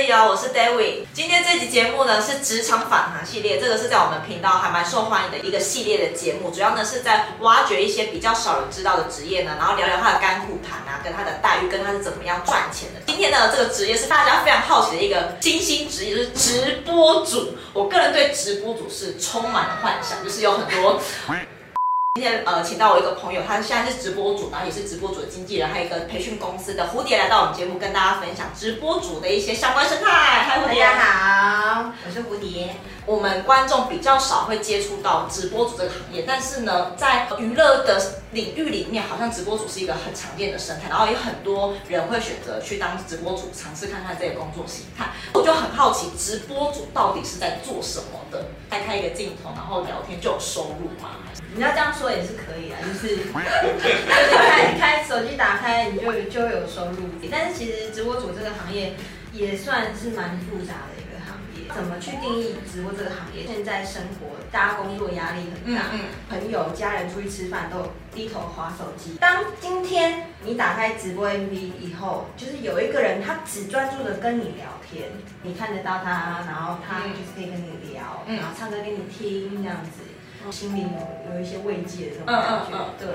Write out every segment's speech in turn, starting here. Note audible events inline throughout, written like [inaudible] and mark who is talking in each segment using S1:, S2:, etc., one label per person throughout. S1: 以哦，我是 David。今天这集节目呢是职场访谈系列，这个是在我们频道还蛮受欢迎的一个系列的节目，主要呢是在挖掘一些比较少人知道的职业呢，然后聊聊他的甘苦谈啊，跟他的待遇，跟他是怎么样赚钱的。今天呢，这个职业是大家非常好奇的一个新兴职业，就是直播主。我个人对直播主是充满了幻想，就是有很多今天呃，请到我一个朋友，他现在是直播主，然后也是直播主的经纪人，还有一个培训公司的蝴蝶来到我们节目，跟大家分享直播主的一些相关生态。嗨，蝴
S2: 大
S1: 蝶！
S2: 家好，我是蝴蝶。
S1: 我们观众比较少会接触到直播主这个行业，但是呢，在娱乐的领域里面，好像直播主是一个很常见的生态，然后有很多人会选择去当直播主，尝试看看这个工作形态。我就很好奇，直播主到底是在做什么的？开开一个镜头，然后聊天就有收入吗？还是
S2: 你要这样说也是可以的，啊就是就是开开手机打开你就就会有收入，但是其实直播主这个行业也算是蛮复杂的一个行业。怎么去定义直播这个行业？现在生活大家工作压力很
S1: 嗯
S2: 大，
S1: 嗯。
S2: 朋友、家人出去吃饭都低头划手机。当今天你打开直播 MV 以后，就是有一个人他只专注的跟你聊天，你看得到他，然后他
S1: 嗯
S2: 就是可以跟你聊，
S1: 嗯
S2: 然后唱歌给你听这样子，心里有有一些慰藉的这种
S1: 嗯嗯
S2: 感觉。
S1: 嗯
S2: 对，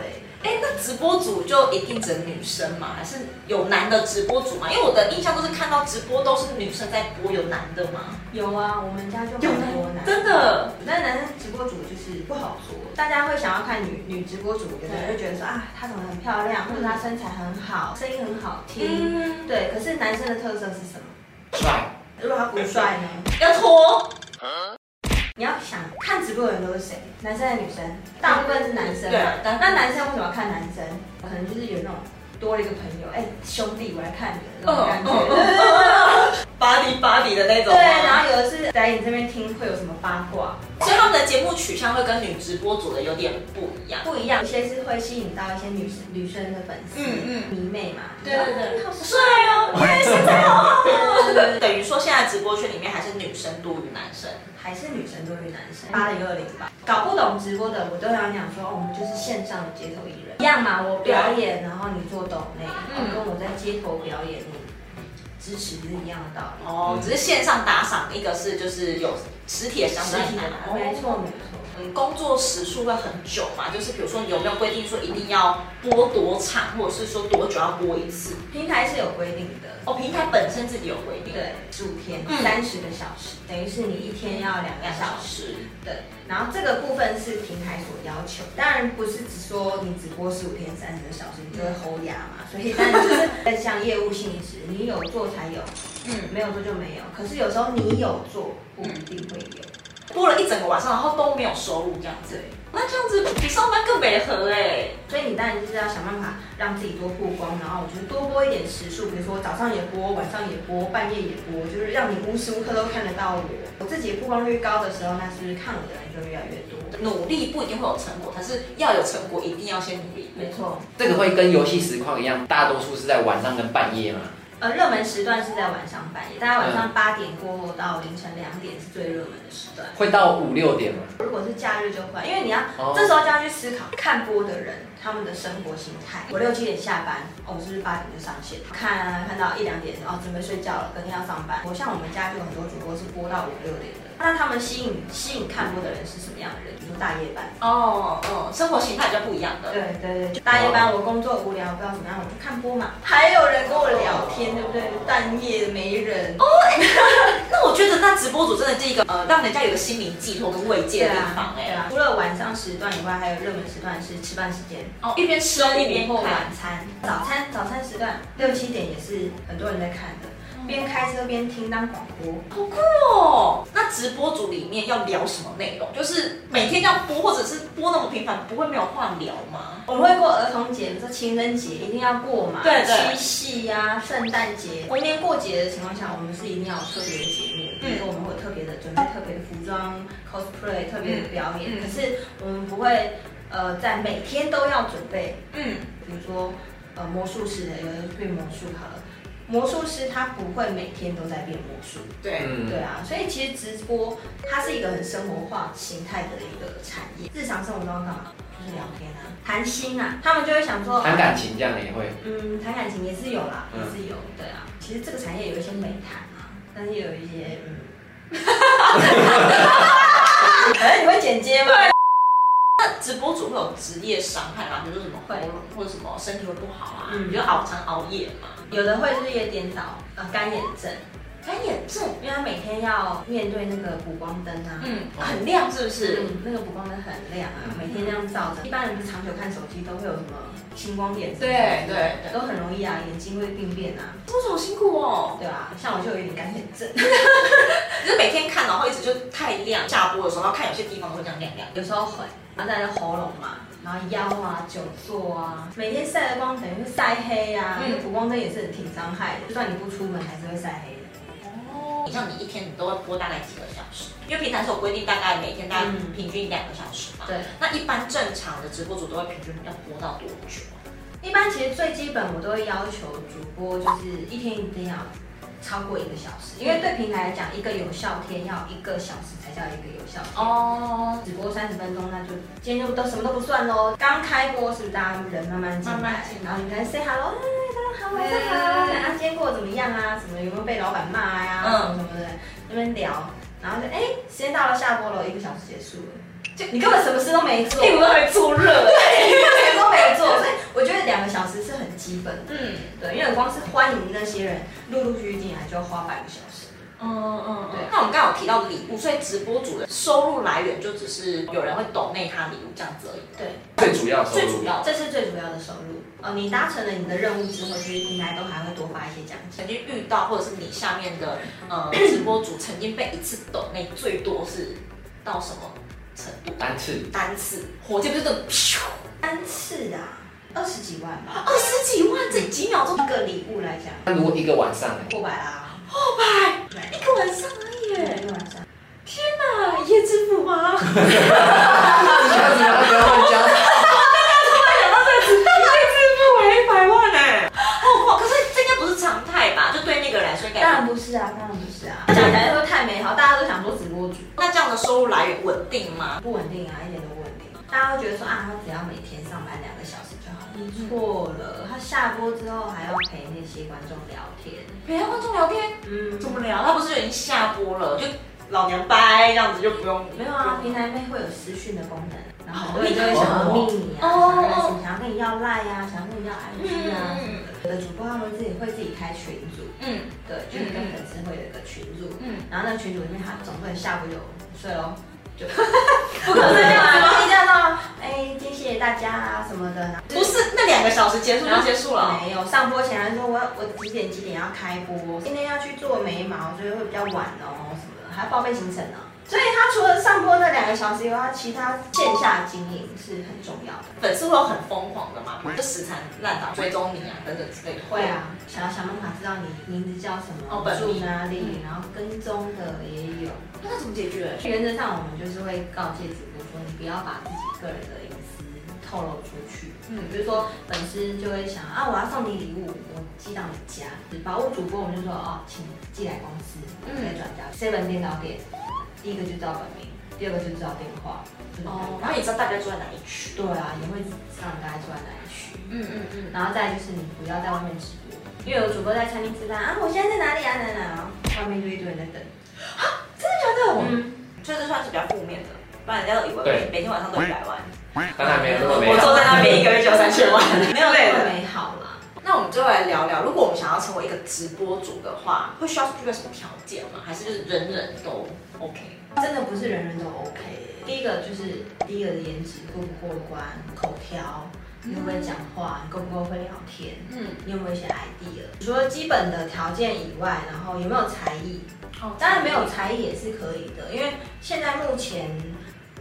S1: 哎、那直播主就一定只能女生吗？还是有男的直播主吗？因为我的印象都是看到直播都是女生在播，有男的吗？
S2: 有啊，我们家就很多男，
S1: 真的。
S2: 但男生直播主就是不好做，大家会想要看女女直播主，有的人就觉得说啊，她长得很漂亮，或者她身材很好，声音很好听。
S1: 嗯，
S2: 对，可是男生的特色是什么？
S1: 帅，
S2: 如果他不帅呢？
S1: 要脱。
S2: 你要想看直播的人都是谁？男生还是女生？大部分是男生
S1: 对
S2: 嘛。
S1: 但
S2: 那男生为什么要看男生？可能就是有那种多了一个朋友，哎、兄弟，我来看你的那
S1: 哦
S2: 种感觉。
S1: 巴黎巴黎的那种
S2: [laughs] 对，
S1: 吗。
S2: 然后有的是在你这边听会有什么八卦，
S1: 所以他们的节目取向会跟女直播主的有点不一样。
S2: 不一样，有些是会吸引到一些女女生的粉丝，
S1: 嗯嗯
S2: 迷妹嘛，
S1: 对
S2: 你好帅
S1: 帅哦，
S2: 啊 [laughs]
S1: 哎，身材好好哦。等于说现在直播圈里面还是女生多于男生。
S2: 还是女生多于男生，八零二零吧。搞不懂直播的，我都想讲说，哦我们就是线上的街头艺人一样嘛。我表演，然后你做抖内，
S1: 嗯
S2: 嗯，跟我在街头表演，你支持是一样的道理。
S1: 哦，只是线上打赏，一个是就是有实体的相
S2: 实
S1: 关
S2: 体的
S1: 打，
S2: 没错没错。
S1: 嗯，工作时数会很久嘛？就是比如说，你有没有规定说一定要播多长，或者是说多久要播一次？
S2: 平台是有规定的，
S1: 哦，平台本身自己有规定，，
S2: 对，十五天
S1: 嗯，
S2: 三十个小时，等于是你一天要两个
S1: 两
S2: 小
S1: 小
S2: 时。
S1: 时。
S2: 对，然后这个部分是平台所要求，当然不是只说你只播十五天三十个小时，你就会吼哑嘛。所以，但就是 [laughs] 在像业务性质，你有做才有，
S1: 嗯，
S2: 没有做就没有。可是有时候你有做，不一定会有。
S1: 播了一整个晚上，然后都没有收入这样子。
S2: 对，
S1: 那这样子比上班更违和哎、
S2: 所以你当然就是要想办法让自己多曝光，然后我觉得多播一点时数，比如说早上也播，晚上也播，半夜也播，就是让你无时无刻都看得到我。我自己曝光率高的时候，那是不是看我的人就越来越多？
S1: 努力不一定会有成果，但是要有成果，一定要先努力。
S2: 没错。
S3: 这个会跟游戏实况一样，大多数是在晚上跟半夜嘛。
S2: 呃，热门时段是在晚上半夜，大概晚上八点过后到凌晨两点是最热门的时段。
S3: 会到五六点嘛。
S2: 如果是假日就会，因为你要、
S3: 哦
S2: 这时候就要去思考看播的人他们的生活形态。我六七点下班，哦，我是不是八点就上线？看啊看到一两点，哦，准备睡觉了，隔天要上班。我像我们家就有很多主播是播到五六点的，那他们吸引吸引看播的人是什么样的人？比如说大夜班。
S1: 哦哦，生活形态比较不一样的。
S2: 对对对，就大夜班我工作无聊，不知道怎么样，我就看播嘛。还有人跟我聊天，对不对？半夜没人，
S1: 那我觉得那直播主真的是一个呃，让人家有个心灵寄托跟慰藉的地方哎、
S2: 对啊除了晚上时段以外，还有热门时段是吃饭时间，
S1: 哦，一边吃一边
S2: 午后
S1: 看。
S2: 晚餐、早餐、早餐时段六七点也是很多人在看的，
S1: 嗯
S2: 边开车边听当广播。
S1: 好酷哦！那直播组里面要聊什么内容？就是每天这样播，或者是播那么频繁，不会没有话聊吗？
S2: 我们会过儿童节，比如说情人节一定要过嘛，
S1: 对对
S2: 七夕呀、圣诞节，逢年过节的情况下，我们是一定要有特别的节目，
S1: 嗯
S2: 比如说我们会有特别的准备特别的服装 cosplay，特别的表演，
S1: 嗯嗯
S2: 可是我们不会呃在每天都要准备，
S1: 嗯，
S2: 比如说呃魔术师的，有的就变魔术好了。魔术师他不会每天都在变魔术，
S1: 对，
S3: 嗯
S2: 对啊，所以其实直播它是一个很生活化形态的一个产业。日常生活中要干嘛？就是聊天啊，谈心啊，他们就会想说，
S3: 谈感情这样也会。
S2: 嗯，谈感情也是有啦，
S3: 嗯
S2: 也是有，对啊。其实这个产业有一些美谈啊，但是有一些嗯，
S3: [laughs]
S2: 可能你会剪接吗？
S1: 那直播主会有职业伤害吗？比如说什么喉
S2: 会
S1: 咙或者什么身体会不好啊？
S2: 嗯
S1: 你就熬常熬夜嘛？
S2: 有的会日夜颠倒，呃，干眼症，
S1: 干眼症，
S2: 因为他每天要面对那个补光灯啊，
S1: 嗯，很亮是不是？
S2: 嗯，那个补光灯很亮啊，每天那样照着，一般人不是长久看手机都会有什么青光眼，
S1: 对对对
S2: 都很容易啊，眼睛会病变啊，
S1: 这么好辛苦哦！
S2: 对啊，像我就有点干眼症， [laughs]
S1: 就是每天看，然后一直就太亮，下播的时候，然后看有些地方会这样亮亮。
S2: 有时候会，然后再来就喉咙嘛，然后腰啊、久坐啊，每天晒的光等于会晒黑啊，
S1: 嗯
S2: 那补光灯也是很挺伤害的，就算你不出门还是会晒黑的。
S1: 哦，你像你一天你都会播大概几个小时？因为平台是有规定，大概每天大概
S2: 嗯
S1: 平均两个小时嘛。
S2: 对，
S1: 那一般正常的直播主都会平均要播到多久？
S2: 一般其实最基本我都会要求主播就是一天一定要超过一个小时，因为对平台来讲，一个有效天要一个小时才叫一个有效天。
S1: 哦，
S2: 直播三十分钟，那就今天就都什么都不算喽。刚开播是不是大家人慢慢进来，
S1: 慢慢进来
S2: 然后你们 say hello，嗨，大家哎好，晚上好，啊，今天过得怎么样啊？什么有没有被老板骂呀、
S1: 嗯
S2: 什么什么的，那边聊，然后就哎，时间到了，下播了，一个小时结束了，就你根本什么事都没
S1: [laughs]
S2: 做，
S1: 屁股都哎还坐热。
S2: 什么都没做，所以我觉得两个小时是很基本的，
S1: 嗯
S2: 对，因为光是欢迎那些人陆陆续续进来就要花半个小时。
S1: 嗯嗯
S2: 对
S1: 嗯。那我们刚刚有提到礼物，所以直播主的收入来源就只是有人会抖内他礼物这样子而已。
S2: 对，
S3: 最主要的收
S1: 最主
S3: 入。
S1: 要的，
S2: 这是最主要的收入。呃，你达成了你的任务之后，其实平台都还会多发一些奖金。
S1: 曾经遇到或者是你下面的 [clears throat] 呃直播主曾经被一次抖内最多是到什么程度？
S3: 单次
S1: 单次火箭不是这种咻
S2: 单次啊，二十几万吧，
S1: 二十几万，这几秒钟
S2: 一个礼物来讲
S3: 那如果一个晚上
S1: [laughs]
S3: 欸呢？
S2: 破百啦，
S1: 百
S2: 对，
S1: 一个晚上而已耶，
S2: 一个晚上。
S1: 那夜支付吗？
S3: 这下子不要乱交。
S1: 付为一百万哎，好哇！可是这应该不是常态吧？就对那个人来说应
S2: 当
S1: 该。
S2: 然不是啊，当然不是啊，讲起来会太美好，大家都想做直播主，
S1: 那这样的收入来源稳定吗？
S2: 不稳定啊，一点都不稳定。大家会觉得说啊，他只要每天上班两个小时就好了，你错了，他下播之后还要陪那些观众聊天，
S1: 陪他观众聊天
S2: 嗯，
S1: 怎么聊？他不是已经下播了，就老娘掰这样子就不用
S2: 没有啊，平台妹会有私讯的功能，然后很多人就会想要
S3: 哦
S2: 密你啊，想要什么想要跟你要赖啊，想要跟你要 IG 啊什么的。有的主播他们自己会自己开群组，
S1: 嗯
S2: 对，就是跟粉丝会有一个群组，
S1: 嗯，
S2: 然后那个群组里面他总不能下午有睡喽，就 [laughs] 不可能这样啊， [laughs] 一定要到哎，今天谢谢大家啊什么的，
S1: 不是那两个小时结束就结束了。
S2: 没有，上播前还说我要我几点几点要开播，今天要去做眉毛，所以会比较晚哦什么的，还要报备行程呢。所以他除了上播那两个小时以外，他其他线下经营是很重要的。
S1: 粉丝会有很疯狂的嘛，就死缠烂打追踪你啊等等之类的。
S2: 会，啊，想要想办法知道你名字叫什么，
S1: 哦本
S2: 住
S1: 名
S2: 哪里，然后跟踪的也有。
S1: 那怎么解决？
S2: 原则上我们就是会告诫主播说，你不要把自己个人的隐私透露出去。
S1: 嗯
S2: 比如说粉丝就会想啊，我要送你礼物，我寄到你家。保护主播我们就说哦，请寄来公司，
S1: 嗯
S2: 再转交 seven 电脑店。第一个就知道本名，第二个就知道电话。
S1: 哦
S2: 哦，，
S1: 然后你知道大概住在哪一区？
S2: 对啊，也会知道你大概住在哪里区。
S1: 嗯嗯嗯。
S2: 然后再来就是你不要在外面直播，因为有主播在餐厅吃饭啊，我现在在哪里啊？哪哪啊？外面就一堆人在等。
S1: 真的假的？
S2: 嗯，
S1: 所以这算是比较负面的，不然人家都以为
S3: 对
S1: 每每天晚上都一百万，
S3: 当然没有那么美
S1: 我坐
S3: 好。
S1: 在那边一个月就有三千万， [laughs] 没有累
S2: 那么
S1: 的。
S2: 美好啦。
S1: 那我们就来聊聊，如果我们想要成为一个直播主的话，会需要具备什么条件吗？还是就是人人都 OK？
S2: 真的不是人人都 OK。第一个就是第一个的颜值过不过关，口条，你会不会讲话，你够不够会聊天，
S1: 嗯，
S2: 你有没有一些 idea？除了基本的条件以外，然后有没有才艺？
S1: 好
S2: 当然没
S1: 嗯
S2: 有才艺也是可以的，因为现在目前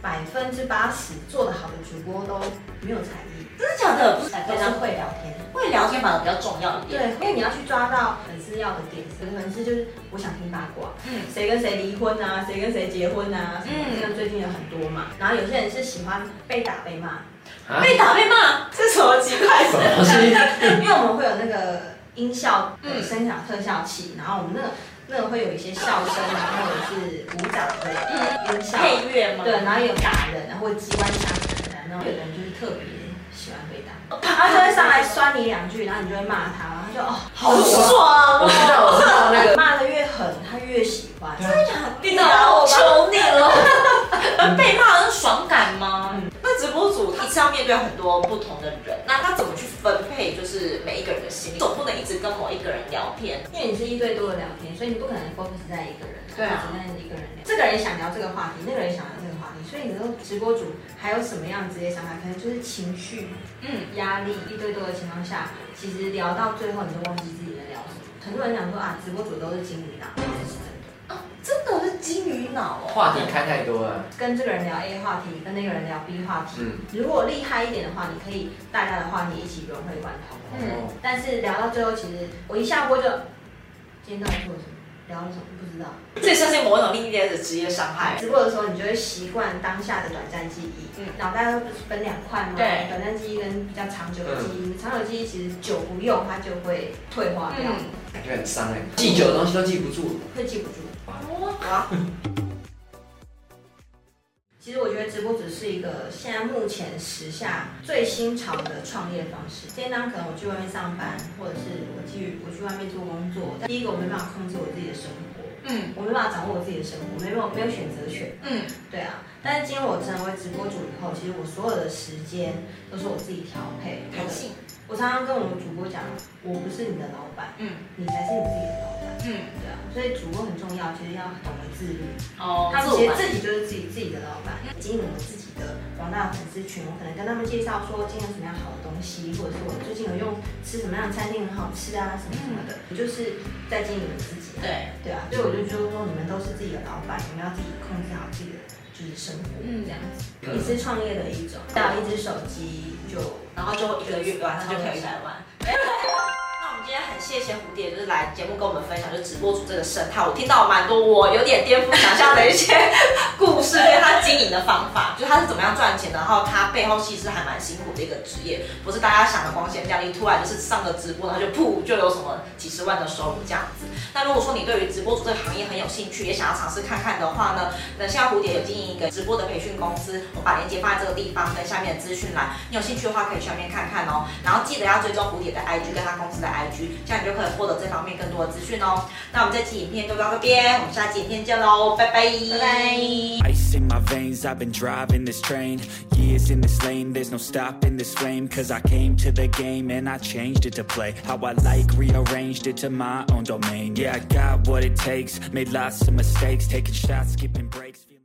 S2: 百分之八十做得好的主播都没有才艺，
S1: 真的假的？不是
S2: 非常会聊天。
S1: 会聊天反而比较重要一点。
S2: 啊对，因为你要去抓到粉丝要的点，粉丝就是我想听八卦，
S1: 嗯
S2: 谁跟谁离婚啊，谁跟谁结婚啊，嗯，
S1: 嗯
S2: 像最近有很多嘛。然后有些人是喜欢被打被骂，
S1: [laughs]
S3: 啊，
S1: 被打被骂，这 [laughs] 什么奇怪？
S3: 什么东西？
S2: [laughs] 因为我们会有那个音效，嗯，
S1: 嗯
S2: 声响特效器，然后我们那个那个会有一些笑声啊，或者是鼓掌的嗯音效，
S1: 配乐吗？
S2: 对，然后也有打人啊，或者机关枪打人啊，然后有的人就是特别喜欢被打，哦他就会上来酸你两句，然后你就会骂他，然后他就哦，
S1: 好爽
S3: 我
S1: 哦！
S3: 知道，我知道那个。
S2: 骂的越狠，他越啊
S1: 对很多不同的人，那他怎么去分配就是每一个人的心理？总不能一直跟某一个人聊天，
S2: 因为你是一对多的聊天，所以你不可能 focus 在一个人，
S1: 对啊
S2: 只能一个人聊。这个人想聊这个话题，那个人想聊这个话题，所以你说直播主还有什么样子的想法？可能就是情绪、
S1: 嗯，
S2: 压力一对多的情况下，其实聊到最后你都忘记自己在聊什么。很多人讲说啊，直播主都是金鱼脑，这是真的。
S1: 啊，真的是金鱼脑哦。
S3: 话题开太多了，
S2: 跟这个人聊 A 话题，跟那个人聊 B 话题。
S3: 嗯，
S2: 如果厉害一点的话，你可以大家的话题一起融会贯通。
S1: 嗯
S3: 哦，
S2: 但是聊到最后，其实我一下播就，今天到底做了什么，聊了什么不知道。
S1: 这算是某种另一类的职业伤害。
S2: 直播的时候，你就会习惯当下的短暂记忆。
S1: 嗯
S2: 脑袋会不是分两块吗？
S1: 对
S2: 短暂记忆跟比较长久的记忆。长久记忆其实久不用，它就会退化掉，
S1: 嗯，
S3: 感觉很伤哎，记久的东西都记不住。
S2: 会记不住。
S1: 哇，
S2: 其实我觉得直播只是一个现在目前时下最新潮的创业方式。今天当可能我去外面上班，或者是我去我去外面做工作，但第一个我没办法控制我自己的生活，
S1: 嗯
S2: 我没办法掌握我自己的生活，没有没有选择权。
S1: 嗯，
S2: 对啊，但是今天我成为直播主以后，其实我所有的时间都是我自己调配。
S1: 弹性，
S2: 我常常跟我们主播讲，我不是你的老板，
S1: 嗯
S2: 你才是你自己的老板。
S1: 嗯，
S2: 对啊，所以主播很重要，其实要懂得自律。
S1: 哦，
S2: 他们
S1: 自
S2: 其
S1: 我管理
S2: 实自己就是自己自己的老板，经营我自己的广大的粉丝群，我可能跟他们介绍说今天有什么样好的东西，或者是我最近有用吃什么样的餐厅很好吃啊，什么什么的，你就是在经营你自己啊。
S1: 对，
S2: 对啊，所以我就觉得说你们都是自己的老板，你们要自己控制好自己的就是生活，
S1: 嗯
S2: 这样子
S3: 嗯
S2: 也是创业的一种。带有一只手机就
S1: 然后就一个月晚上就可以一百万。那我们今天很谢谢蝴蝶，就是来节目跟我们分享，就是直播主这个生态。我听到蛮多我有点颠覆想象的一些故事，跟他经营的方法，就是他是怎么样赚钱的，然后他背后其实还蛮辛苦的一个职业，不是大家想的光鲜亮丽，突然就是上个直播，然后就噗就有什么几十万的收入这样子。那如果说你对于直播主这个行业很有兴趣，也想要尝试看看的话呢，那现在蝴蝶有经营一个直播的培训公司，我把链接放在这个地方跟下面的资讯栏，你有兴趣的话可以去那边看看哦。然后记得要追踪蝴蝶的 IG 跟他公司的 IG，这样你就可以获得这方面更多的资讯哦。那我们这期影片就到这边，我们下期影片见喽，拜拜，
S2: 拜拜。
S4: Ice in my veins, I've been driving this train. Years in this lane, there's no stopping this flame. Cause I came to the game and I changed it to play. How I like, rearranged it to my own domain. Yeah, I got what it takes, made lots of mistakes, taking shots, skipping breaks.